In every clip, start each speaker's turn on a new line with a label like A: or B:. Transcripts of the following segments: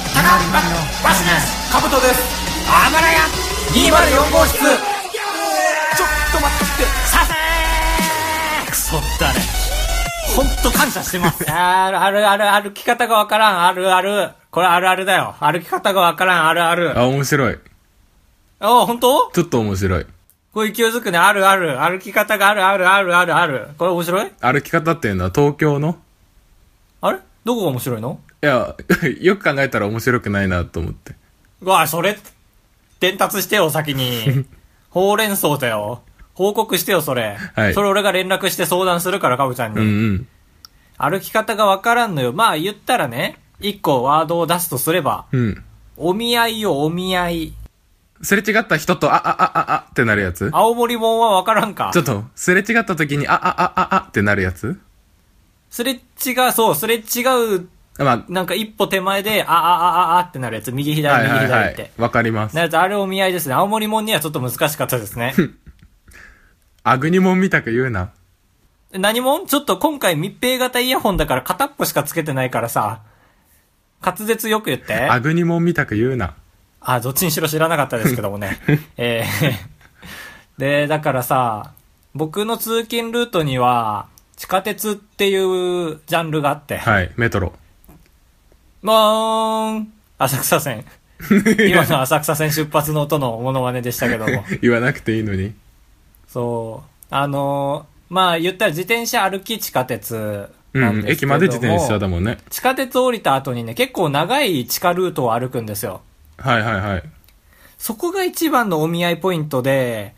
A: バシですカブトですあばらや204号室ちょっと待って
B: させークソったれほんと感謝してます
C: あるあるある歩き方がわからんあるあるこれあるあるだよ歩き方がわからんあるあるあ
D: あ、面白い。
C: ほんと
D: ちょっと面白い。
C: こう勢いづくねあるある歩き方があるあるあるあるあるこれ面白い
D: 歩き方っていうのは東京の
C: あれどこが面白いの
D: いや、 よく考えたら面白くないなと思って。
C: うわそれ伝達してよ先 にほうれん草だよ報告してよそれ、
D: はい
C: それ俺が連絡して相談するからかぶちゃんに、
D: うんうん。
C: 歩き方がわからんのよまあ言ったらね一個ワードを出すとすれば
D: うん。
C: お見合いよお見合い
D: すれ違った人と、あ、あ、あ、あ、あってなるやつ
C: 青森もんはわからんか
D: ちょっと、すれ違った時に、あ、あ、あ、あ、あってなるやつ
C: すれ違う、そう、すれ違う、
D: ま
C: なんか一歩手前で、あああああってなるやつ、右
D: あ、
C: 左、
D: はい
C: 右
D: はいは
C: 左って
D: い。。わかります
C: な。ると、あれお見合いですね。青森もんにはちょっと難しかったですね。
D: アグニモンみたく言うな。
C: 何もんちょっと今回密閉型イヤホンだから片っぽしかつけてないからさ、滑舌よく言って。
D: アグニモンみたく言うな。
C: あ、どっちにしろ知らなかったですけども ね。えーで、だからさ、僕の通勤ルートには、地下鉄っていうジャンルがあって、
D: はい、メトロ。
C: もーん、浅草線。 今の浅草線出発の音のモノマネでしたけども。
D: 言わなくていいのに。
C: そう。あのーまあ言ったら自転車歩き地下鉄
D: う
C: なん
D: ん、
C: です
D: 駅
C: けども、
D: まで自転車だもんね。
C: 地下鉄降りた後にね、結構長い地下ルートを歩くんですよ。
D: はいはいはい。
C: そこが一番のお見合いポイントで、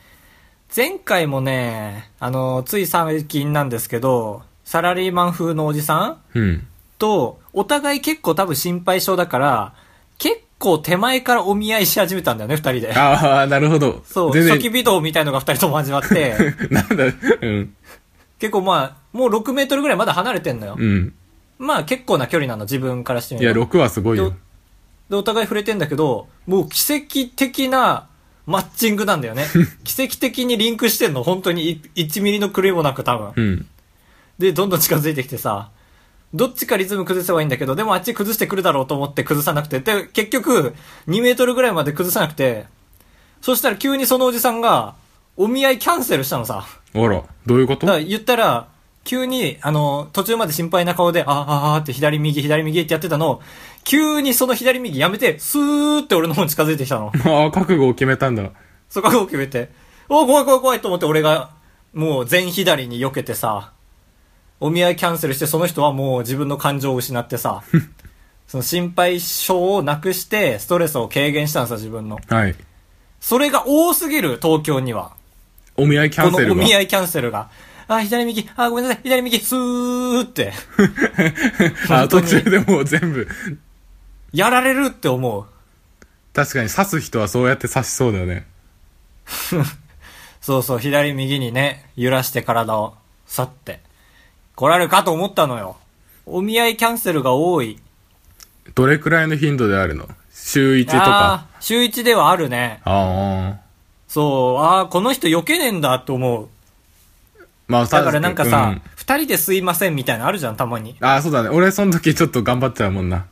C: 前回もね、あのーつい最近なんですけど、サラリーマン風のおじさん
D: うん。
C: と、お互い結構多分心配性だから、結構手前からお見合いし始めたんだよね、二人で。
D: ああ、なるほど。
C: そう、
D: 全
C: 初期
D: 然、
C: 微動みたいのが二人とも始ま って、
D: なんだ、うん、
C: 結構まあ、もう6メートルぐらいまだ離れてんのよ。
D: うん。
C: まあ結構な距離なの、自分からしてみ
D: いや、
C: ると。
D: 6はすごいよ
C: で。で、お互い触れてんだけど、もう奇跡的なマッチングなん だよね。奇跡的にリンクしてんの、本当にい1ミリの狂いもなく多分。
D: うん。
C: で、どんどん近づいてきてさ、どっちかリズム崩せばいいんだけど、でもあっち崩してくるだろうと思って崩さなくて、で、結局、2メートルぐらいまで崩さなくて、そしたら急にそのおじさんが、お見合いキャンセルしたのさ。
D: あら、どういうこと
C: だから言ったら、急に、あの、途中まで心配な顔で、ああ、ああって左右、左右ってやってたのを、急にその左右やめて、スーって俺の方に近づいてきた の。
D: ああ、覚悟を決めたんだ。
C: そこが決めて、おー怖い怖い怖いと思って俺が、もう全左に避けてさ、お見合いキャンセルしてその人はもう自分の感情を失って さ、その心配症をなくして、ストレスを軽減したんさ、自分の。
D: はい。
C: それが多すぎる、東京には。
D: お見合いキャ
C: こ
D: ンセ
C: のお
D: ルが。
C: 見合いキャンセルが。あ、左右、あ、ごめんなさい、左右、スーって。
D: あ
C: 本
D: あ、
C: 当
D: 途
C: に
D: 中でもう全部。
C: やられるって思う。
D: 確かに刺す人はそうやって刺しそうだね。
C: そうそう、左右にね、揺らして体を、さって。来られるかと思ったのよ。お見合いキャンセルが多い。
D: どれくらいの頻度であるの週1とか。
C: あー週1ではあるね。
D: ああ。
C: そう、ああ、この人避けねえんだと思う。
D: まあ、
C: だからなんか
D: う
C: さ、二、人ですいませんみたいなのあるじゃん、たまに。
D: ああ、そうだね。俺、その時ちょっと頑張っちゃうもんな。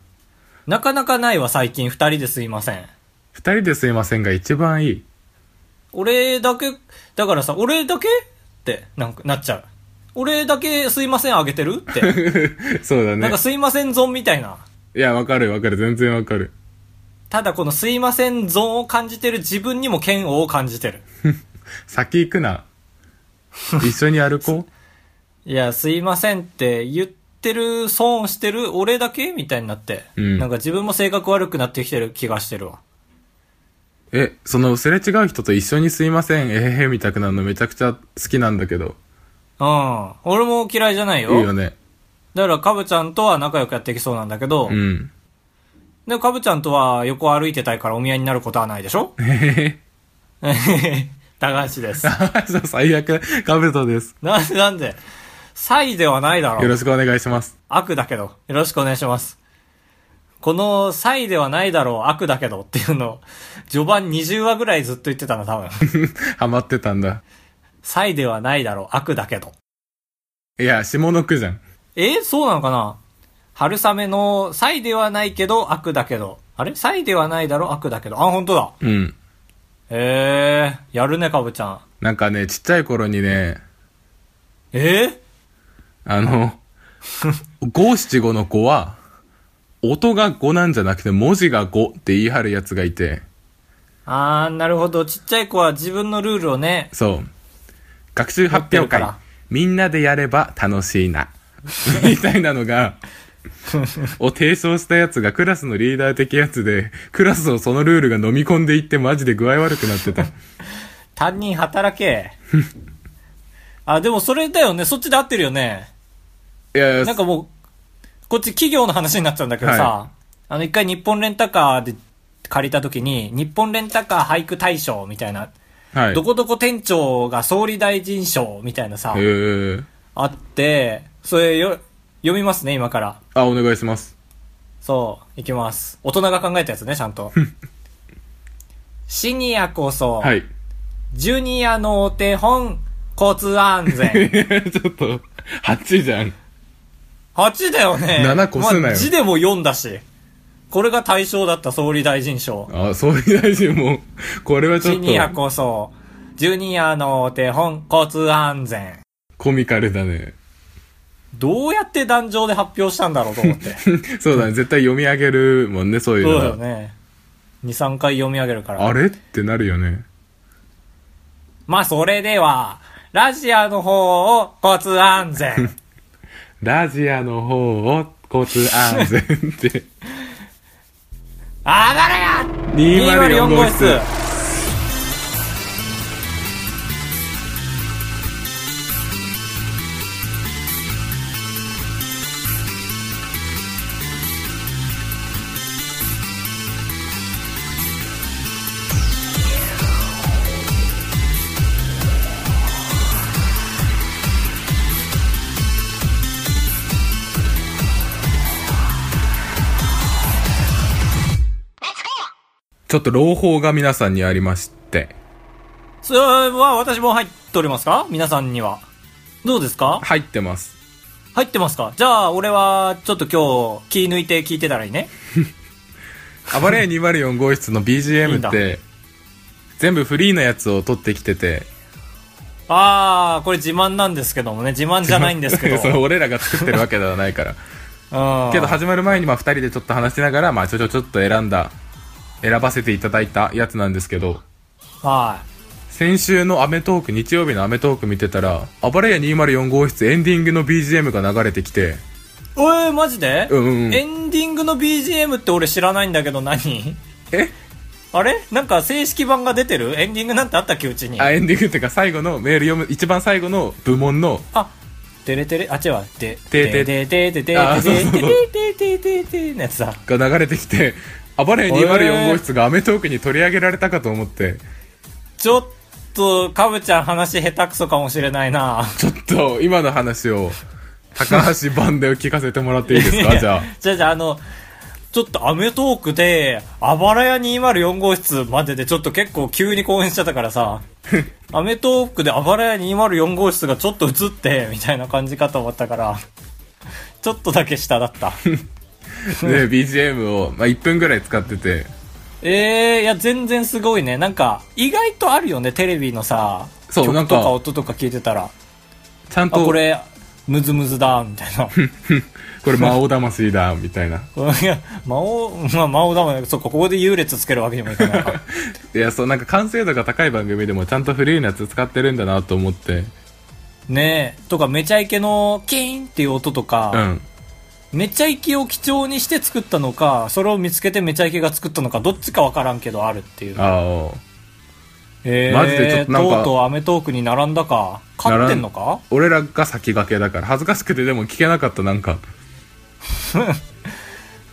C: なかなかないわ、最近、二人ですいません。
D: 二人ですいませんが一番いい。
C: 俺だけ、だからさ、俺だけって、なんか、なっちゃう。俺だけすいませんあげてるって。
D: そうだ
C: なん
D: ね
C: か。すいませんゾンみたいな。
D: いや、わかるわかる。全然わかる。
C: ただこのすいませんゾーンを感じてる自分にも嫌悪を感じてる。
D: 先行 くな。一緒に歩こ
C: いや、すいませんって言ってる、損してる俺だけみたいになって、
D: うん
C: なんか自分も性格悪くなってきてる気がしてるわ。
D: う。え、その、すれ違う人と一緒にすいません、えへへみたくなるのめちゃくちゃ好きなんだけど。
C: うん。俺も嫌いじゃない
D: いい
C: よ。
D: よね。
C: だから、かぶちゃんとは仲良くやっていきそうなんだけど、
D: うん。
C: で、かぶちゃんとは横歩いてたいからお見合いになることはないでしょ
D: えへ
C: 高橋です。
D: へ。最悪、カブトです。
C: なんでなんで、サイではないだろ
D: よろしくお願いします。
C: 悪だけど、よろしくお願いします。この、サイではないだろう、悪だけどっていうのを、序盤20話ぐらいずっと言ってたな、多分。
D: ハマってたんだ。
C: サイではないだろう、悪だけど。
D: いや、下の句じゃん。
C: えーそうなのかな春雨の、サイではないけど、悪だけど。あれサイではないだろ悪だけど。あ、本当だ。
D: うん。
C: えー、やるね、かぶちゃん。
D: なんかね、ちっちゃい頃にね、
C: え
D: あの、五七五の五は、音が五なんじゃなくて文字が五って言い張るやつがいて、
C: ー、あー、なるほど。ちっちゃい子は自分のルールをね、
D: そう。学習発
C: 持って
D: 表
C: るか
D: 会
C: ら。
D: みんなでやれば楽しいな。 みたいなの が、を提唱したやつがクラスのリーダー的やつで、クラスをそのルールが飲み込んでいってマジで具合悪くな ってた。
C: 担任働け。あ、でもそれだよね。そっちで合ってるよね。
D: いやいや、
C: なんかもう、こっち企業の話になっちゃうんだけどさ、
D: は
C: あの一回日本レンタカーで借りた時に、日本レンタカー俳句大賞みたいな、
D: はい。
C: どこどこ店長が総理大臣賞みたいなさ
D: え、ー、
C: あって、それよ、読みますね、今から。
D: あ、お願いします。
C: そう、いきます。大人が考えたやつね、ちゃんと。シニアこそ、
D: はい。
C: ジュニアのお手本、交通安 全。
D: ちょっと、8じゃん。
C: 8だよね。
D: 7個すなよ
C: まあ字でも4だし。これが対象だった総理大臣賞。
D: あ、総理大臣も、これはちょ
C: シ
D: っ
C: ニア
D: と、
C: こそ、ジュニアのお手本、交通安全。
D: コミカルだね。
C: どうやって壇上で発表したんだろうと思って。
D: そうだね、絶対読み上げるもんね、 そういう
C: そう
D: の
C: だよ
D: は。
C: ね。2、3回読み上げるから。
D: あれってなるよね。
C: まあ、それでは、ラジアの方を交通安 全。
D: ラジアの方を交通安全って。
C: あがれや204号室。
D: ちょっと朗報が皆さんにありまして。
C: それは私も入っておりますか皆さんには。どうですか
D: 入ってます。
C: 入ってますかじゃあ、俺は、ちょっと今日、気抜いて聞いてたらいいね。
D: 暴れ204号室の BGM って、全部フリーのやつを取ってきてて。
C: あー、これ自慢なんですけどもね。自慢じゃないんですけど。
D: そう俺らが作ってるわけではな いから。
C: うん
D: けど始まる前にまあ2人でちょっと話しながら、まあちょちょちょっと選んだ、選ばせていただいたやつなんですけど、
C: はい。
D: 先週のアメトーク、日曜日のアメトーク見てたら、暴れ屋204号室エンディングの BGM が流れてきて、
C: えー、マジで、
D: うんうんうん
C: エンディングの BGM って俺知らないんだけど何
D: え
C: あれなんか正式版が出てるエンディングなんてあったっけうちに。
D: あ、エンディングっていうか最後のメール読む、一番最後の部門の、
C: あ、てれてれ、あ、違う、て、
D: てて
C: ててててててて
D: あそうそうそう
C: てててててのやつだ。
D: が流れてきて、暴れ屋204号室がアメトークに取り上げられたかと思って、
C: ちょっと、かぶちゃん話下手くそかもしれないな。
D: ちょっと今の話を、高橋版で聞かせてもらってい いですかじゃあ。
C: じゃあじゃあ、あの、ちょっとアメトークで、あばらや204号室まででちょっと結構急に興奮しちゃったから さ、アメトークであばらや204号室がちょっと映って、みたいな感じかと思ったから、ちょっとだけ下だ った。
D: で、BGM を、まあ、1分ぐらい使ってて、
C: ええいや、全然すごいね。なんか、意外とあるよね、テレビのさ、
D: そう
C: 曲
D: なん
C: とか
D: か
C: 音とか聞いてたら、あ、
D: ちゃんと、
C: これ、ムズムズだ、みたい な。
D: これ魔王魂だ、みたいな。
C: いや、魔王、 まあ、魔王だもんね。そうか、ここで優劣つけるわけにもいかないから。
D: いや、そう、なんか完成度が高い番組でもちゃんとフリーのやつ使ってるんだなと思って、
C: ねえ、とか、めちゃイケのキーンっていう音と
D: う
C: か、
D: ん。
C: めちゃイケを基調にして作ったのか、それを見つけてめちゃイケが作ったのか、どっちかわからんけどあるっていう。
D: ああ、
C: ええ
D: マジでちょっとなんか
C: とうとうアメトークに並んだか、勝ってんのか
D: 俺らが先駆けだから、恥ずかしくてでも聞けなかった、なんか。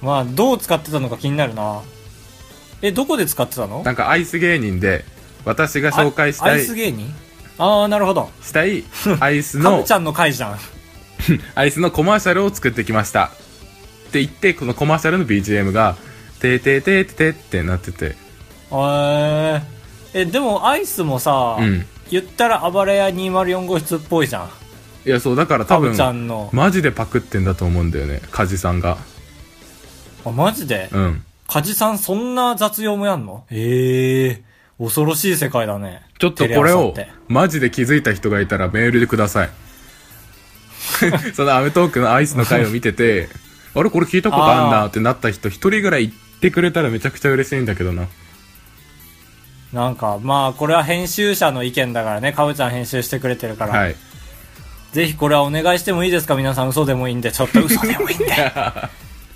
C: まあ、どう使ってたのか気になるな。え、どこで使ってたの
D: なんかアイス芸人で、私が紹介し
C: あ
D: た
C: ア
D: い、
C: イス芸人ああ、なるほど。
D: し たい、アイス
C: かぶ
D: の
C: ち、ゃんの回じゃん。
D: アイスのコマーシャルを作ってきました。って言って、このコマーシャルの BGM が、てーてーてーてーてーってなってて、
C: えー、え、でもアイスもさ、
D: うん
C: 言ったら暴れ屋204号室っぽいじゃん。
D: いや、そう、だから多
C: かぶ
D: 分
C: ち、ゃんの。
D: マジでパクってんだと思うんだよね、カジさんが。
C: あ、マジで、
D: うん。
C: カジさんそんな雑用もやんのええ恐ろしい世界だね。
D: ちょっと
C: テレ
D: これ
C: 朝っ
D: を
C: て
D: マジで気づいた人がいたらメールでください その『アメトーーク』のアイスの回を見 ててあれこれ聞いたことあんなってなった人一人ぐらい言ってくれたらめちゃくちゃ嬉しいんだけどな
C: なんか、まあ、これは編集者の意見だからね、かぶちゃん編集してくれてるから、
D: はい
C: ぜひこれはお願いしてもいいですか皆さん嘘でもいいんで、ちょっと嘘でもいいん で。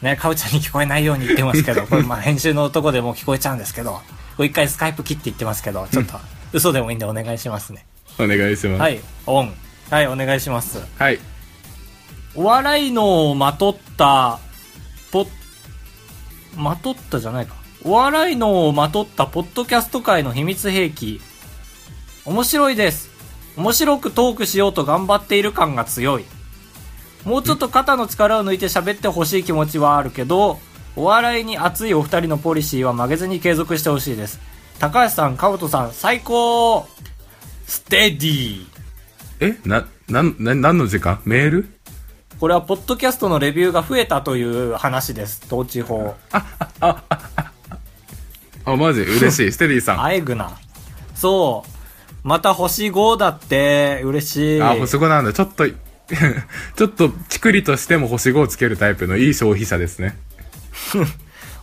C: ね、かぶちゃんに聞こえないように言ってますけど、これまあ編集のとこでも聞こえちゃうんですけど、これ一回スカイプ切って言ってますけど、ちょっと嘘でもいいんでお願いしますね。
D: お願いします、
C: はいい、オン。はい、お願いします。
D: はい、
C: お笑いのをまとった、ポッ、まとったじゃないか。お笑いのをまとったポッドキャスト界の秘密兵器。面白いです。面白くトークしようと頑張っている感が強い。もうちょっと肩の力を抜いて喋ってほしい気持ちはあるけど、お笑いに熱いお二人のポリシーは曲げずに継続してほしいです。高橋さん、かぶとさん、最高ステディ
D: えななんな何の時間メール
C: これはポッドキャストのレビューが増えたという話です東地方
D: あマジ嬉 しいステディさん
C: あえぐなそうまた星5だって嬉しい
D: あ星5なんだちょっと ちょっとチクリとしても星5をつけるタイプのいい消費者ですね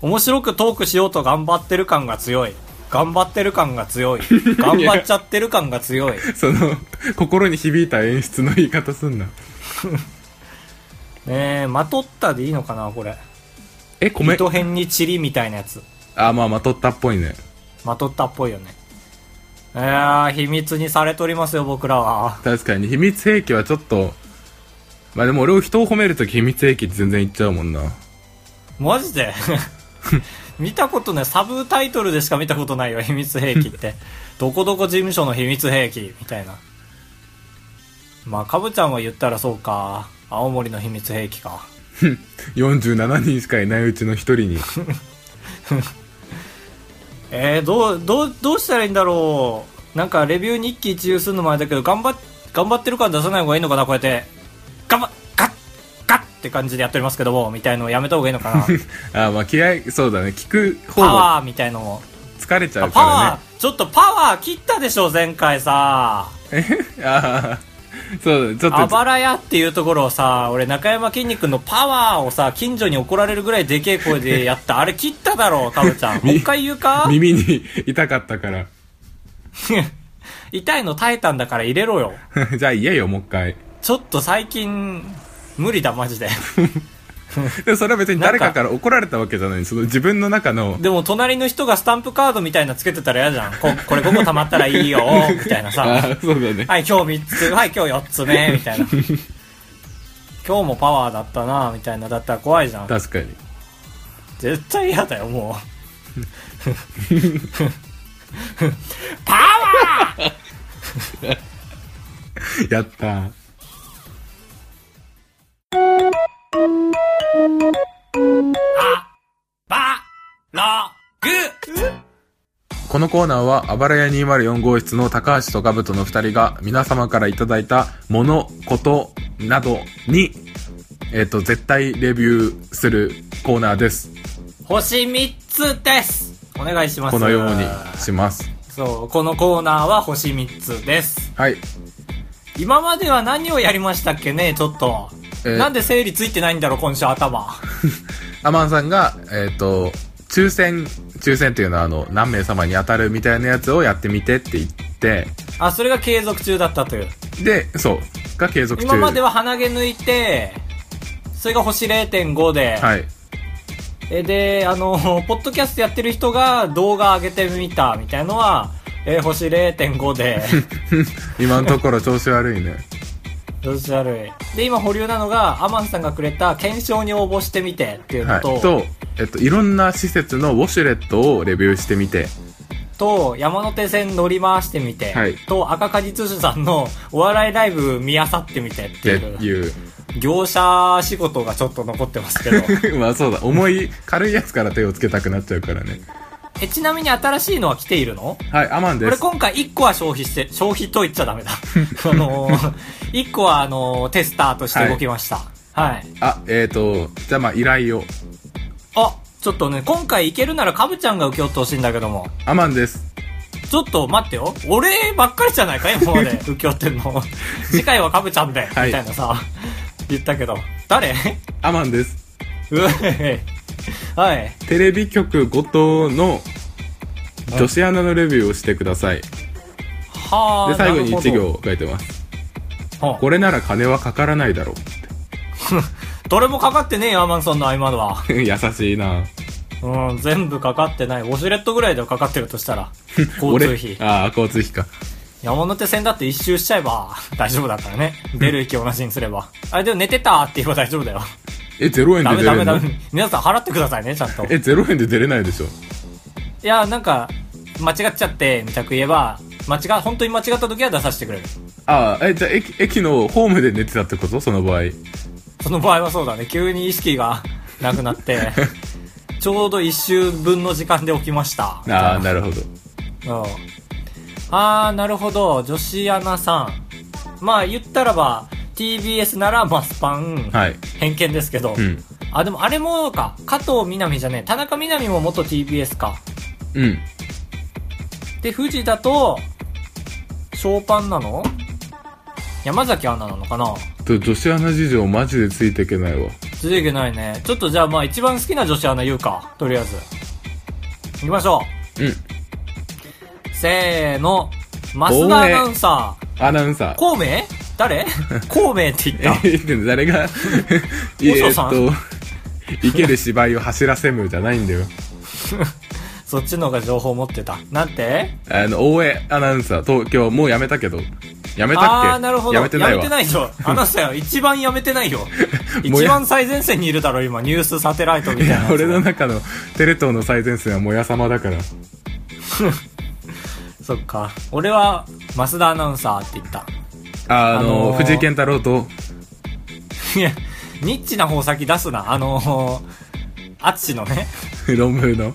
C: 面白くトークしようと頑張ってる感が強い頑張ってる感が 強い頑張っちゃってる感が強い
D: その心に響いた演出の言い方すんな
C: ねえまとったでいいのかなこれ
D: え米
C: 糸編に塵みたいなやつ
D: あまあまとったっぽいね
C: まとったっぽいよねいやー秘密にされておりますよ僕らは
D: 確かに秘密兵器はちょっとまあでも俺を人を褒めるとき秘密兵器って全然言っちゃうもんな
C: マジで見たことないサブタイトルでしか見たことないよ秘密兵器ってどこどこ事務所の秘密兵器みたいなまあかぶちゃんは言ったらそうか青森の秘密兵器か
D: 47人しかいないうちの一 人に
C: えー、どうどうどうしたらいいんだろうなんかレビュー日記一遊するのもあれだけど頑張っ頑張ってる感出さない方がいいのかなこうやって頑張っガッガッって感じでやっておりますけどもみたいのをやめた方がいいのかな
D: あまあ気合いそうだね聞く
C: パ
D: 方も
C: ワーみたいのも
D: 疲れちゃ
C: あ
D: う
C: パワ
D: か
C: ーちょっとパワー切ったでしょ前回さ
D: らねえ ああそうだちょっ
C: あ
D: と
C: ばらやっていうところをさ、俺中山きんに君のパワーをさ、近所に怒られるぐらいでけえ声でやった。あれ切っただろう、かぶちゃん。もう一回言うか
D: 耳に痛かったから
C: 痛いの耐えたんだから入れろよ。
D: じゃあ言えよもう一回
C: ちょっと最近、無理だ、マジで。
D: でもそれは別に誰かから怒られたわけじゃないその自分の中の
C: でも隣の人がスタンプカードみたいなのつけてたら嫌じゃん。こ、これ5個溜まったらいいよ、みたいな
D: あ
C: さ。
D: あそうだね
C: はい、今日3つ、はい、今日4つ目、みたいな。今日もパワーだったな、みたいな。だったら怖いじゃん。
D: 確かに
C: 絶対嫌だよもうパワー
D: やった
C: バラグ
D: このコーナーは、あばらや204号室の高橋とかぶとの二人が、皆様からいただいたもの、こと、などに、えっ、と、絶対レビューするコーナーです。
C: 星3つですお願いします
D: このようにします。
C: そうこのコーナーは星3つです
D: はい。
C: 今までは何をやりましたっけねちょっと、
D: えー
C: なんで整理ついてないんだろう今週頭
D: アマンさんが、えっ、と、抽選、抽選っていうのは、あの、何名様に当たるみたいなやつをやってみてって言って、
C: あそれが継続中だったという
D: で、そう、が継続中。
C: 今までは鼻毛抜いてそれが星0.5で、
D: はい。
C: えーで、あの、ポッドキャストやってる人が動画上げてみたみたいのは、えー星0.5で、
D: 今のところ調子悪い ね。
C: どち悪い。で、今保留なのが、アマンさんがくれた検証に応募してみてっていうの
D: はい。
C: と、
D: と、えっ、と、いろんな施設のウォシュレットをレビューしてみて、
C: と山手線乗り回してみて、
D: はい
C: と、赤果実酒さんのお笑いライブ見あさってみてっ
D: って
C: ていう、
D: いう。
C: 業者仕事がちょっと残ってますけど。
D: まあそうだ、重い、軽いやつから手をつけたくなっちゃうからね。
C: え、ちなみに新しいのは来ているの
D: はい、アマン
C: こ
D: で
C: れ
D: す。
C: 今回1個は消費して、消費と言っちゃ ダメだ。あのー、1個はあのーテスターとして動きました。はい。
D: あ、えっ、と、じゃあまあ依頼を。
C: あ、ちょっとね、今回いけるならカブちゃんが受け負ってほしいんだけども。
D: アマンです。
C: ちょっと待ってよ。俺ばっかりじゃないか、 今まで。受け負ってんの。次回はカブちゃんで、
D: はい
C: みたいなさ、言ったけど。誰
D: アマンです。
C: うえい。はい。
D: テレビ局ごとの女子アナのレビューをしてください。
C: はあ。
D: で、最後に
C: なるほど
D: 1。行書いてます。
C: はあ
D: これなら金はかからないだろ
C: どれもかかってねえよ、アマンソンの合間のは。
D: う。 優しいな
C: うん、全部かかってない。ウォシュレットぐらいではかかってるとしたら。交
D: 俺
C: 通費。
D: ああ、交通費か。
C: 山手線だって一周しちゃえば大丈夫だからね。出る駅同じにすれば。あれでも寝てたって言えば大丈夫だよ。
D: え、0円
C: ダ
D: で
C: メ
D: 出
C: ダ
D: れ
C: メ
D: る
C: ダ
D: の
C: メ。皆さん払ってくださいね、ちゃんと。
D: え、0円で出れないでしょ。
C: いや、なんか、間違っちゃって、みたく言えば、間違、本当に間違った時は出させてくれる。
D: ああ、え、じゃあ駅、駅のホームで寝てたってことその場合。
C: その場合はそうだね。急に意識がなくなって、 ちょうど一周分の時間で起きました。
D: ああ、なるほど。
C: うん。あー、なるほど。女子アナさん。まあ、言ったらば、TBS ならマスパン、
D: はい。
C: 偏見ですけど、
D: うん。
C: あ、でもあれもか。加藤みなみじゃねえ。田中みなみも元 TBS か。
D: うん。
C: で、富士だと、ショーパンなの山崎アナなのかな
D: と、女子アナ事情マジでついていけないわ。
C: ついていけないね。ちょっとじゃあまあ一番好きな女子アナ言うか。とりあえず。行きましょ
D: うん。
C: う。せーの。増田アナウンサー。
D: アナウンサー。
C: 孔明 誰孔明って言った。
D: え、でも 誰が、
C: 和尚さん
D: えーっと、生ける芝居を走らせむじゃないんだよ。
C: そっちの方が情報持ってた。なんて
D: あの、大江アナウンサー、東京、もうやめたけど。やめたっけ
C: あー、なるほど。
D: やめてないわ。
C: でしょ。あのさよ、一番やめてないよ。
D: もう
C: 一
D: や
C: 番最前線にいるだろ、今。ニュースサテライトみたい
D: い
C: な
D: や
C: や、つ。
D: 俺の中のテレ東の最前線はもやさまだから。
C: そっか。俺は、増田アナウンサーって言った。
D: あの、
C: あのー
D: 藤井健太郎と、
C: いや、ニッチな方先出すな。あのー、アツシのね、
D: 論文の。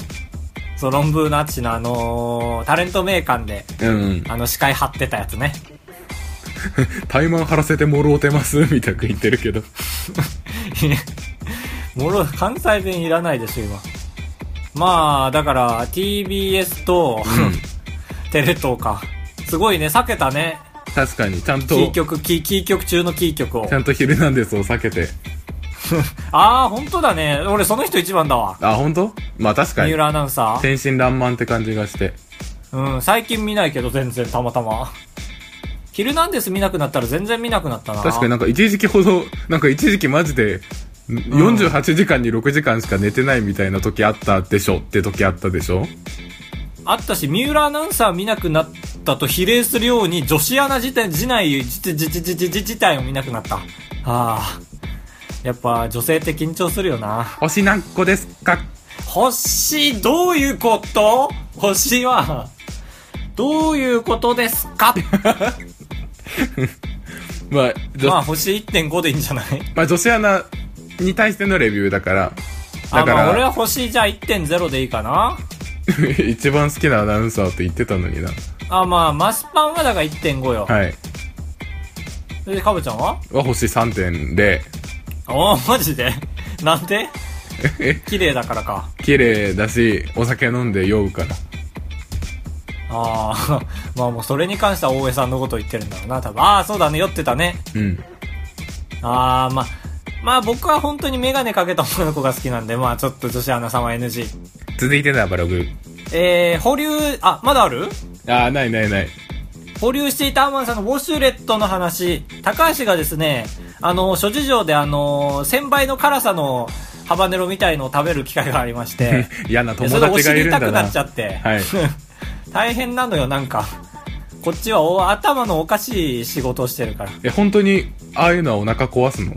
C: そう、論文のアツシのあのー、タレント名鑑で、
D: うんうん。
C: あの、司会張ってたやつね。
D: タイマン張らせてもろうてますみたく言ってるけど。
C: いやもろ、関西弁いらないでしょ、今。まあ、だから、TBS と、 テレ東か。すごいね、避けたね。
D: 確かに、ちゃん
C: キ
D: と
C: ー、局、キー、キー局中のキー局を
D: ち。ゃんとヒルナンデスを避けて。
C: ああ、本当だね。俺、その人一番だわ。
D: あ、本当？まあ確か
C: 三
D: に。
C: 浦アナウンサー。
D: 天真爛漫って感じがして。
C: うん、最近見ないけど、全然、たまたま。ヒルナンデス見なくなったら全然見なくなったな。
D: 確かになんか一時期ほど、なんか一時期マジで、48時間に6時間しか寝てないみたいな時あったでしょって時あったでしょ
C: あったし、三浦アナウンサー見なくなったと比例するように、女子アナ自体、自内、自、自、自、自、自体を見なくなった。はあ。やっぱ、女性って緊張するよな。
D: 星何個ですか
C: 星、どういうこと星は、どういうことです か
D: まあ、女
C: まあ、星1.5でいいんじゃない
D: まあ女子アナに対してのレビューだから、
C: あ、
D: だか
C: まあ、俺
D: ら、
C: は星じゃあ1.0でいいかな
D: 一番好きなアナウンサーって言ってたのにな。
C: あ、まあ、マスパンはだから1.5よ。
D: はい。
C: で、かぶちゃんは
D: は星3.0。
C: おー、マジで なんで綺麗だからか。
D: 綺麗だし、お酒飲んで酔うから。
C: ああ、 まあもうそれに関しては大江さんのことを言ってるんだろうな、多分。ああ、そうだね、酔ってたね。
D: うん。
C: ああ、まあ、まあ僕は本当にメガネかけた女の子が好きなんで、まあちょっと女子アナ様 NG。
D: 続いてだ、ブログ。
C: えー、保留、あ、まだある
D: ああ、ないないない。
C: 保留していたアーマンさんのウォシュレットの話、高橋がですね、あの、諸事情であの、1000倍の辛さのハバネロみたいのを食べる機会がありま して、
D: 嫌な
C: で
D: 友
C: それでお
D: 達がい
C: 尻
D: るん
C: 痛
D: だ
C: くな
D: な
C: っち。ゃって。
D: はい。
C: 大変なのよ、なんか。こっちはお頭のおかしい仕事をしてるから。
D: え、本当に、ああいうのはお腹壊すの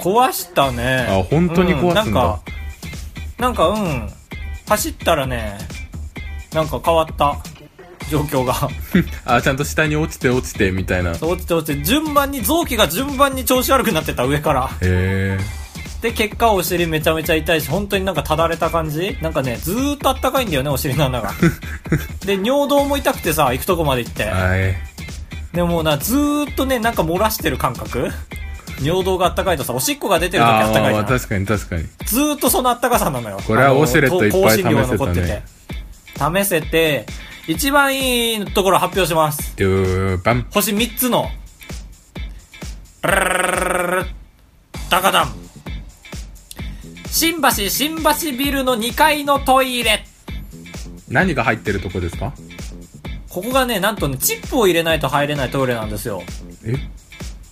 C: 壊したね。
D: あ本当に壊す
C: うなん
D: んだ
C: か、なんかうん。走ったらね、なんか変わった。状況が。
D: あーちゃんと下に落ちて落ちて、みたいな。へ
C: 落ちて落ちて、順番に、臓器が順番に調子悪くなってた、上から。
D: え。
C: で、結果お尻めちゃめちゃ痛いし、本当になんかただれた感じなんかね、ずーっとあったかいんだよね、お尻の穴 が。で、尿道も痛くてさ、行くとこまで行って。
D: はい。
C: でもな、ずーっとね、なんか漏らしてる感覚尿道があったかいとさ、おしっこが出てる時あ
D: あ
C: った
D: ー
C: かい
D: ま
C: じ
D: あ
C: ゃ
D: まあ
C: ん。
D: 確かに確かに。
C: ずーっとそのあったかさなのよ。
D: これは
C: あの
D: オセレットいっぱい
C: 香辛料が残っ
D: 試
C: て
D: せ
C: て。試せて、一番いいところ発表します。
D: ドゥーバン。
C: 星3つの、ダカダン。新橋、新橋ビルの2階のトイレ。
D: 何が入ってるとこですか
C: ここがね、なんとね、チップを入れないと入れないトイレなんですよ。
D: え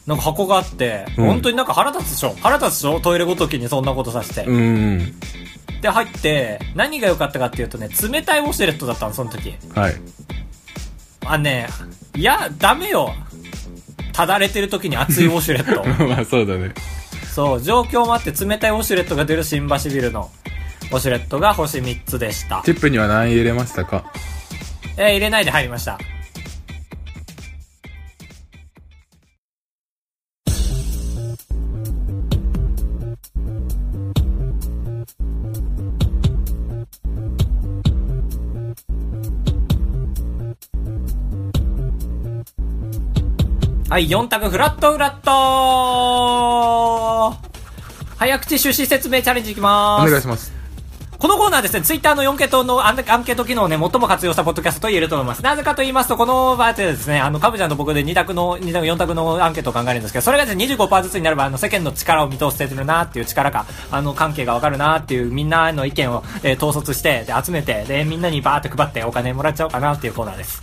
C: なんか箱があって、
D: うん
C: 本当になんか腹立つでしょ腹立つでしょトイレごときにそんなことさせて。
D: うーん。
C: で、入って、何が良かったかっていうとね、冷たいウォシュレットだったの、その時。
D: はい。
C: あ、ね、いや、ダメよ。ただれてる時に熱いウォシュレ ット。
D: まあそうだね。
C: そう、状況もあって冷たいウォシュレットが出る新橋ビルのウォシュレットが星3つでした。
D: チップには何入れましたか
C: えー入れないで入りました。はい、4択フラットフラット早口趣旨説明チャレンジいきま
D: お
C: ーす。
D: 願いします。
C: このコーナーはですね、ツイッターの4系統のアンアンケート機能をね、最も活用したポッドキャストと言えると思います。なぜかと言いますと、この場合でですね、あの、かぶちゃんと僕で2択の、2択、4択のアンケートを考えるんですけど、それがですね、25%ずつになれば、あの、世間の力を見通せてるなっていう力か、あの、関係がわかるなっていう、みんなの意見を、えー統率して、で、集めて、で、みんなにバーって配ってお金もらっちゃおうかなっていうコーナーです。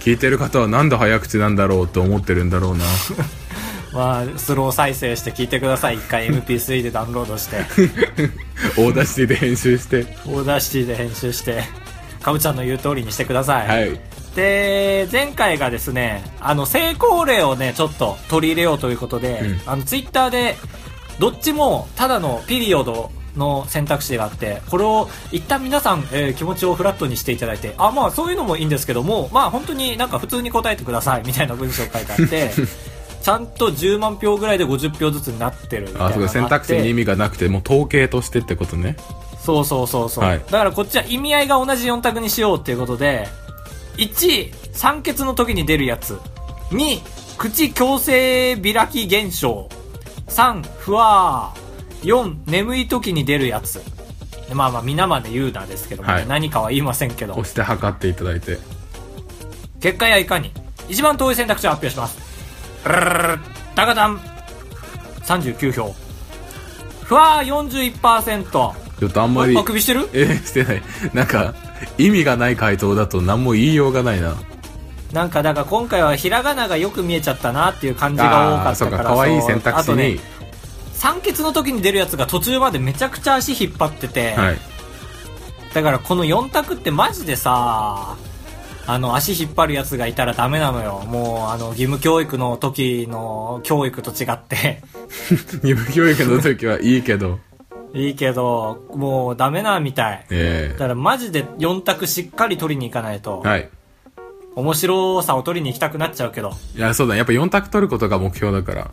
D: 聞いてる方はなんで早口なんだろうと思ってるんだろ うな。
C: まあ、スロー再生して聞いてください。一回 MP3 でダウンロードして、
D: オーダーシティで編集して。
C: オーダーシティで編集して、かぶちゃんの言う通りにしてください。
D: はい。
C: で前回がですねあの成功例をねちょっと取り入れようということで、
D: うん
C: あのツイッターでどっちもただのピリオドの選択肢があってこれを一旦皆さん、えー気持ちをフラットにしていただいてあまあそういうのもいいんですけどもまあ本当になんか普通に答えてくださいみたいな文章書いてあって ちゃんと10万票ぐらいで50票ずつになってるみたいな
D: あ、そうか。
C: の
D: 選
C: があっ
D: 択
C: て
D: 肢に意味がなくて、もう統計としてってことね。
C: そうそうそうそう、
D: はい
C: だからこっちは意味合いが同じ4択にしようっていうことで1酸欠の時に出るやつ2口矯正開き現象3ふわー4眠い時に出るやつでまあまあ皆まで言うなですけどもね、
D: はい
C: 何かは言いませんけど
D: 押して測っていただいて。
C: 結果やいかに一番遠い選択肢を発表しますルルルルルダガダン39票ふわー41%
D: ちょっとあんまり
C: あ、首してる
D: えーしてない。なんか、意味がない回答だと何も言いようがないな。
C: なんかだから今回はひらがながよく見えちゃったなっていう感じが多か
D: ー
C: っ
D: そ
C: た
D: う
C: か
D: か、
C: ら
D: 可愛い
C: そう
D: 選択
C: あ
D: 肢
C: とね
D: に。
C: 酸欠の時に出るやつが途中までめちゃくちゃ足引っ張ってて、
D: はい。
C: だからこの4択ってマジでさあの足引っ張るやつがいたらダメなのよもうあの義務教育の時の教育と違って
D: 義務教育の時はいいけど。
C: いいけどもうダメなみたい
D: え
C: だからマジで4択しっかり取りに行かないと、
D: えはい。
C: 面白さを取りに行きたくなっちゃうけど
D: いや、そうだ、やっぱ4択取ることが目標だから。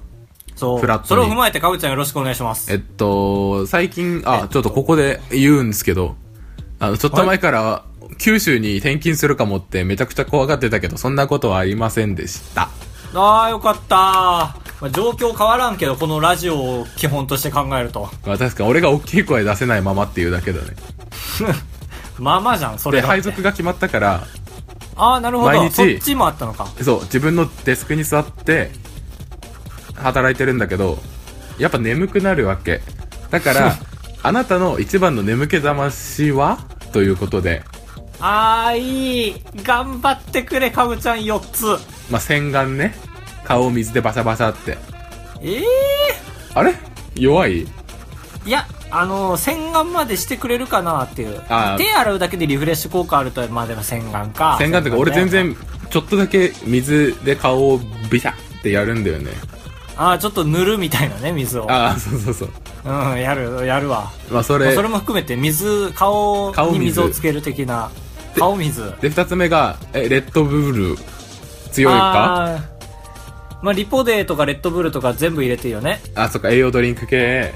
C: そ
D: フラット
C: う
D: に
C: それを踏まえてかぶちゃんよろしくお願いします
D: えっと、最近、あ、ちょっとここで言うんですけど、あの、ちょっと前から、九州に転勤するかもってめちゃくちゃ怖がってたけど、そんなことはありませんでした。
C: ああ、よかったー。まあ、状況変わらんけど、このラジオを基本として考えると。
D: まあ確か俺が大きい声出せないままっていうだけだね。
C: まあまあじゃん、それ
D: で、
C: だって
D: 配属が決まったから、
C: ああ、なるほど。
D: 毎日
C: そっちもあったのか。
D: そう、自分のデスクに座って、働いてるんだけど、やっぱ眠くなるわけ。だ から、あなたの一番の眠気覚ましはということで、
C: ああ、いい。頑張ってくれ、かぶちゃん4つ。
D: まあ、洗顔ね。顔を水でバサバサって。
C: ええ
D: あれ弱い
C: ー。いや、あのー洗顔までしてくれるかなっていう。
D: あー
C: 手洗うだけでリフレッシュ効果あると、まあでも洗顔か。
D: 洗顔っていうか、俺全
C: ね。
D: 然、ちょっとだけ水で顔をビシャってやるんだよね。
C: ああ、ちょっと塗るみたいなね、水を。
D: ああ、そうそうそう。
C: うん、やる、やるわ。
D: まあ、そ
C: まあ
D: れ。
C: それも含めて、水、顔
D: 顔
C: に
D: 水
C: 水をつける的な。顔水。
D: で、二つ目が、え、レッドブル、強いか
C: あーまあ、リポデーとかレッドブルとか全部入れていいよね。
D: あそっか、栄養ドリンク系。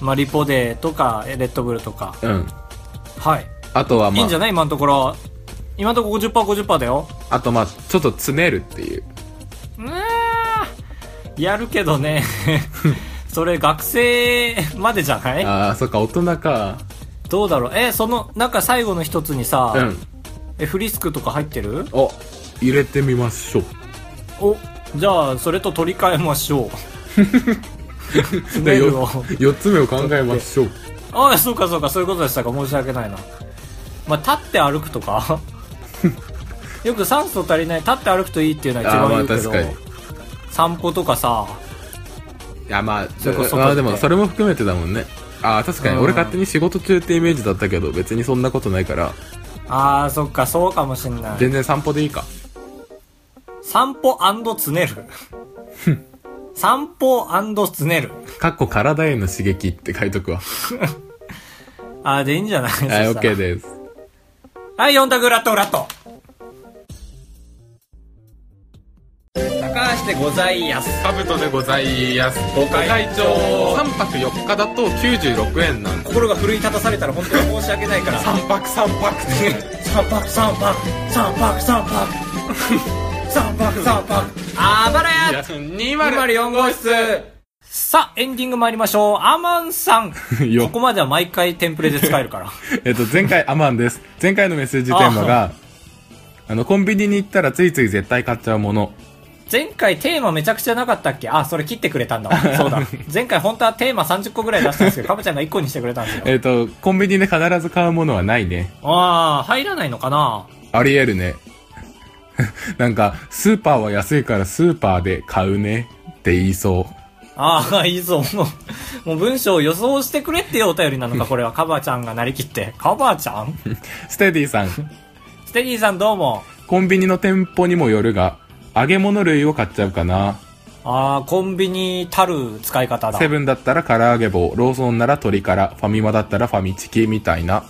C: まあ、リポデーとか、えレッドブルとか。
D: うん。
C: はい。
D: あとは、
C: いい
D: ま
C: んじゃ
D: あ、
C: ない今のところ。今のところ50%、50%だよ。
D: あと、まあ、ちょっとつねるっていう。
C: うーん。やるけど ね、それ学生までじゃない
D: ああ、そっか、大人か。
C: どうだろうえ、その、なんか最後の一つにさ、
D: うん。
C: え、フリスクとか入ってる
D: お、入れてみましょう。
C: お、じゃあ、それと取り替えまし ょう。メールを。
D: 4つ目を考えましょう。
C: ああ、そうかそうか、そういうことでしたか。申し訳ないな。まあ、立って歩くと かよく酸素足りない、立って歩くといいっていうのは一
D: あーまあ
C: 番言うけど、
D: 確かに
C: 散歩とかさ、
D: いや、まあ、
C: れこそ
D: あーでもそれも含めてだもんね。ああ、確かに、
C: うん
D: 俺勝手に仕事中ってイメージだったけど、別にそんなことないから、
C: ああ、そっか、そうかもしんない。
D: 全然散歩でいいか。
C: 散歩つね る。散歩つねる。
D: かっこ体への刺激って書いとくわ。
C: ああ、でいいんじゃないです
D: はい、OK です。
C: はい、4択ラットラット。高橋でございやす。
D: カブトでございます。ご
C: 会長
D: 3泊4日だと96円なんで
C: 心が奮い立たされたら本当に申し訳ない から。
D: 3泊3泊
C: 三泊三泊三泊 三泊三泊三泊あばらや
D: 204号室
C: さあエンディング参りましょうアマンさん こ
D: よ
C: こまでは毎回テンプレで使えるから
D: えっと前回アマンです前回のメッセージテーマがあのコンビニに行ったらついつい絶対買っちゃうもの
C: 前回テーマめちゃくちゃなかったっけあそれ切ってくれたんだわ そうだ前回本当はテーマ30個ぐらい出したんですけどかぶちゃんが1個にしてくれたんですよ
D: えっとコンビニで必ず買うものはないね
C: ああ入らないのかな
D: ありえるね なんかスーパーは安いからスーパーで買うねって言いそう
C: ああいいぞもうもう文章を予想してくれっていうお便りな のかこれはカバちゃんがなりきってカバちゃん
D: ステディさん
C: ステディさんどうも
D: コンビニの店舗にもよるが揚げ物類を買っちゃうかな
C: ああ、コンビニたる使い方だ
D: セ。ブンだったら唐揚げ棒ローソンなら鶏からファミマだったらファミチキみたいな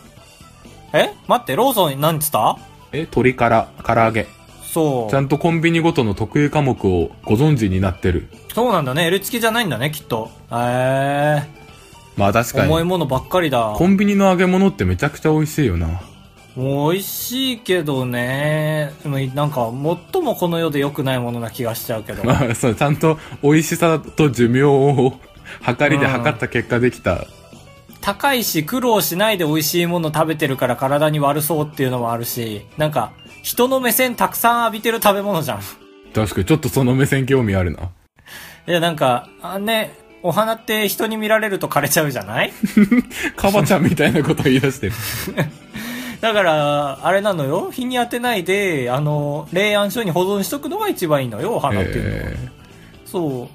C: え待って、ローソン何つった
D: え鶏から唐揚げ
C: そ
D: ちゃんとコンビニごとの得意科目をご存知になってる
C: う。そうなんだね。L チキじゃないんだね、きっと。へ
D: まあ確
C: え。
D: か
C: 重い
D: に
C: ものばっかりだ。
D: コンビニの揚げ物ってめちゃくちゃ美味しいよな
C: もう美味しいけどね。でもなんか、最もこの世で良くないものな気がしちゃうけど。
D: まあ そうちゃんと美味しさと寿命を測りで測った結果できた
C: 高いし、苦労しないで美味しいもの食べてるから体に悪そうっていうのもあるし、なんか、人の目線たくさん浴びてる食べ物じゃん。
D: 確かにちょっとその目線興味あるない
C: や、なんか、あね、お花って人に見られると枯れちゃうじゃない
D: カバちゃんみたいなこと言い出してる
C: だから、あれなのよ。日に当てないで、あの、冷暗所に保存しとくのが一番いいのよ、お花っていうのは。
D: え
C: そ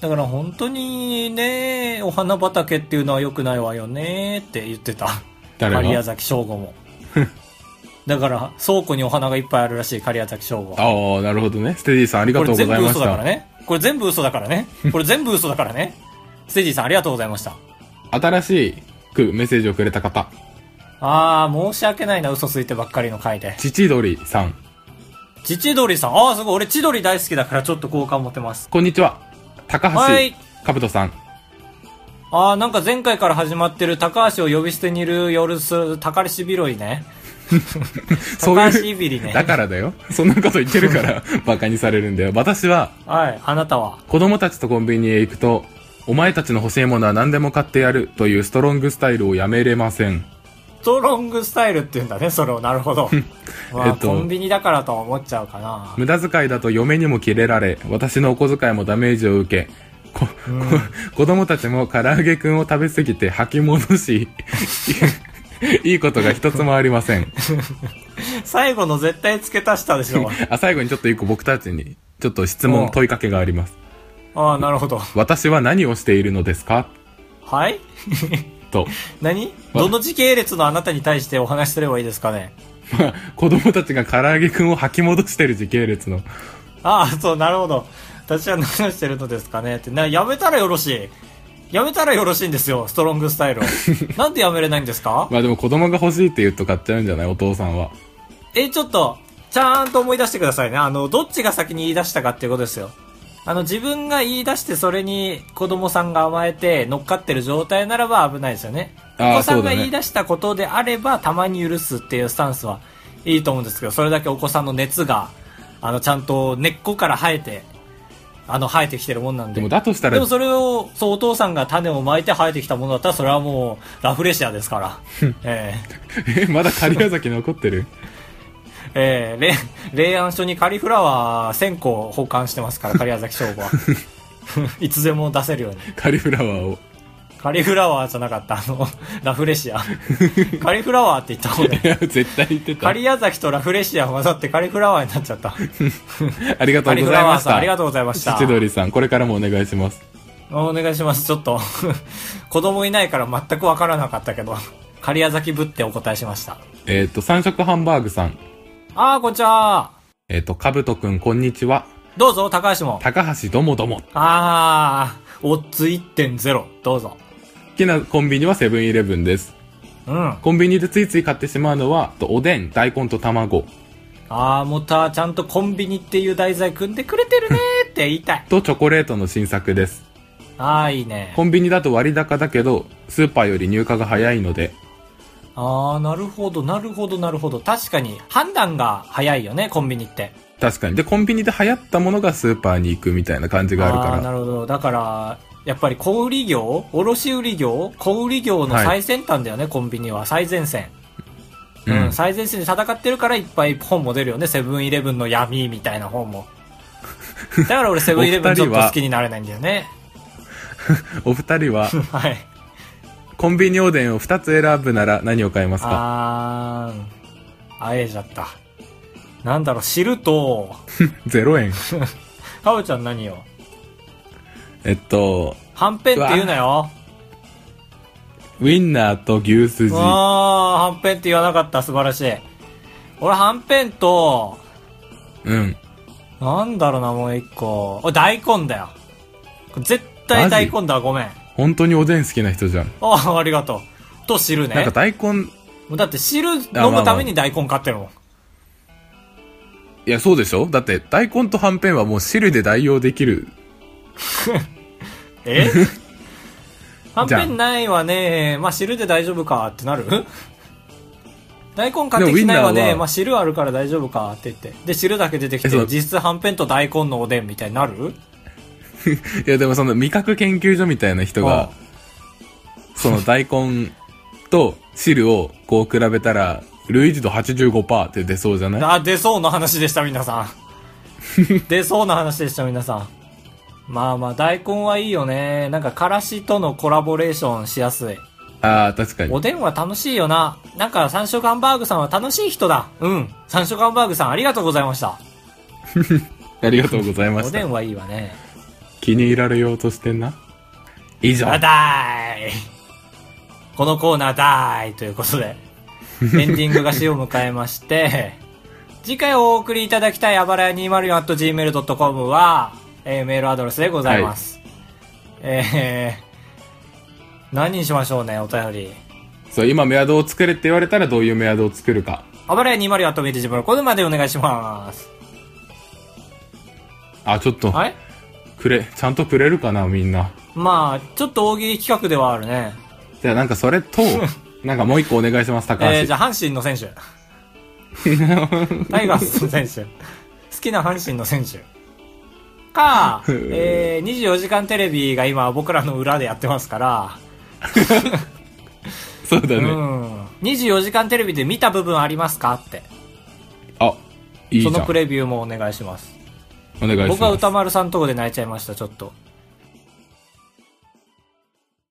C: う。だから本当にね、お花畑っていうのは良くないわよねって言ってた。
D: 誰が
C: 狩屋崎翔吾 も。だから、倉庫にお花がいっぱいあるらしい、狩屋崎翔吾。
D: ー、ああなるほどねステディさんあり
C: こ
D: がと
C: れ
D: うご
C: 全
D: ざい
C: 部
D: ま
C: 嘘
D: し
C: だから
D: た、
C: ね。これ全部嘘だからね。これ全部嘘だからね。ステージーさんありがとうございました。
D: 新しくメッセージをくれた方
C: あー、申し訳ないな、嘘ついてばっかりの回で。
D: 父鳥さん
C: ちちどりさん。あー、すごい。俺、ちどり大好きだからちょっと好感持てます。
D: こんにちは高橋
C: はい
D: かぶとさん
C: ああ、なんか前回から始まってる高橋を呼び捨てにいる夜す、高橋ビロイね。
D: そういう
C: 高橋いびりね
D: だからだよ。そんなこと言ってる から、バカにされるんだよ。私は、
C: はい、あなたは。
D: 子供たちとコンビニへ行くと、お前たちの欲しいものは何でも買ってやるというストロングスタイルをやめれません。
C: ストロングスタイルって言うんだね、それを。なるほど。まあ、
D: えっと
C: コンビニだからとは思っちゃうかな。
D: 無駄遣いだと嫁にもキレられ、私のお小遣いもダメージを受け、こ、こ子供たちも唐揚げくんを食べ過ぎて吐き戻し、 いいことが一つもありません。
C: 最後の絶対付け足したでしょ。
D: あ、最後にちょっと一個僕たちに、ちょっと質問、問いかけがあります。
C: ああ、なるほど。
D: 私は何をしているのですか
C: はい
D: と。
C: 何どの時系列のあなたに対してお話しすればいいですかね
D: まあ、子供たちが唐揚げくんを吐き戻してる時系列の。
C: ああ、そう、なるほど。私は何をしてるのですかねって。な、やめたらよろしい。やめたらよろしいんですよ、ストロングスタ イルを。なんでやめれないんですか
D: まあでも子供が欲しいって言うと買っちゃうんじゃないお父さんは。
C: え、ちょっと、ちゃんと思い出してくださいね。あの、どっちが先に言い出したかっていうことですよ。あの、自分が言い出してそれに子供さんが甘えて乗っかってる状態ならば危ないですよね。
D: あー
C: お子さんが
D: そうだね
C: 言い出したことであれば、たまに許すっていうスタンスはいいと思うんですけど、それだけお子さんの熱が、あの、ちゃんと根っこから生えて、あの、生えてきてるもんなんで。
D: でもだとしたら
C: でもそれを、そう、お父さんが種をまいて生えてきたものだったら、それはもう、ラフレシアです から。ええ
D: えまだ狩矢崎残ってる
C: ええれ霊安所にカリフラワー1000個保管してますから、狩矢崎省吾は。 いつでも出せるように。
D: カリフラワーを
C: カリフラワーじゃなかった、あの、ラフレシア。カリフラワーって言った方がいい
D: い。や絶対言ってた
C: カリヤザキとラフレシア混ざってカリフラワーになっちゃった。
D: ありがと
C: カ
D: う
C: リ
D: ご
C: フ
D: ざ
C: ラ
D: い
C: ワ
D: ま
C: ー
D: し
C: さん、
D: た
C: ありがとうございました
D: 千。鳥さんこれからもお願いします
C: お願いします。ちょっと、 子供いないから全くわからなかったけど、カリヤザキぶってお答えしました。
D: えっ、と三色ハンバーグさん
C: あー、こんにちは。
D: えっ、とかぶとくんこんにちは
C: どうぞ、高橋も。
D: 高橋どもども
C: あー、オッズ1.0。どうぞ。
D: 好きなコンビニはセブンイレブンです
C: うん。
D: コンビニでついつい買ってしまうのはとおでん大根と卵
C: あー、もた、ちゃんとコンビニっていう題材組んでくれてるねーって言いたい。
D: とチョコレートの新作です
C: あー、いいね。
D: コンビニだと割高だけどスーパーより入荷が早いので
C: あー、なるほど、なるほど、なるほど。確かに、判断が早いよね、コンビニって。
D: 確かにでコンビニで流行ったものがスーパーに行くみたいな感じがある
C: あ
D: か
C: ー
D: ら
C: なるほど。だから、やっぱり小売業、卸売業、小売業の
D: はい
C: 最先端だよね、コンビニは。最前線。う
D: うん
C: ん、最前線で戦ってるからいっぱい本も出るよね。セブンイレブンの闇みたいな本 も。だから俺セブンイレブンちょっと好きになれないんだよね。
D: お二人は
C: はい。
D: コンビニおでんを2つ選ぶなら何を買いますか
C: あー、あえちゃった。なんだろう、汁と、
D: 0円
C: かぶちゃん何よ。
D: えっと
C: はんぺんって言うなよ。
D: ウインナーと牛すじあ
C: あー、はんぺんって言わなかった。素晴らしい。俺はんぺんと、
D: うん
C: なんだろうな、もう一個。お大根だよ。これ絶対大根だ、ごめん。
D: 本当におでん好きな人じゃん
C: あ、ありがとう。と汁
D: なん
C: ね
D: か。大根
C: もうだって汁飲
D: あまあま
C: む
D: あ
C: ために大根買ってるもん。
D: いやそうでしょだって大根とはんぺんはもう汁で代用できる
C: えはん
D: じゃあ
C: ぺんないわね。まあ汁で大丈夫かってなる大根買って
D: でもウイ
C: き
D: ンナ
C: ない
D: ー
C: わ
D: は
C: ね。まあ汁あるから大丈夫かって言って。で、汁だけ出てき
D: えそう
C: て、実質はんぺんと大根のおでんみたいになる
D: いやでもその味覚研究所みたいな人
C: あ
D: がその大根と汁をこう比べたら類似度85%って出そうじゃない
C: あ、出そうな話でした、皆さん。 出そうな話でした、皆さん。まあまあ、大根はいいよね。なんか、からしとのコラボレーションしやすい。
D: ああ確かに
C: おでんは楽しいよな。なんか、三色ハンバーグさんは楽しい人だ。うん。三色ハンバーグさん、ありがとうございました。
D: ありがとうございま
C: お
D: し
C: で
D: た
C: んはいいわね。
D: 気に入られようとしてんな以上
C: あだーい。このコーナーだーい。ということで、エンディングが死を迎えまして、次回お送りいただきたいあばらや 204.gmail.com は、えーメールアドレスでございます。えー、何にしましょうね、お便り。
D: そう今メアドを作れって言われたらどういうメアドを作るか
C: あばらや 204.gmail.com これまでお願いします。
D: あちょっと
C: はい
D: くれちゃんとくれるかなみんな
C: まあ、ちょっと大喜利企画ではあるね。
D: じゃあなんかそ れとなんかもう一個お願いします高橋、
C: えー、じゃあ、阪神の選手。タイガースの選手。好きな阪神の選手。か、えー、24時間テレビが今僕らの裏でやってますから、
D: そうだね、
C: うん。24時間テレビで見た部分ありますかって。
D: あいいじ
C: そ
D: ゃん
C: のプレビューもお願いします。
D: お願いします
C: 僕は歌丸さんとこで泣いちゃいました、ちょっと。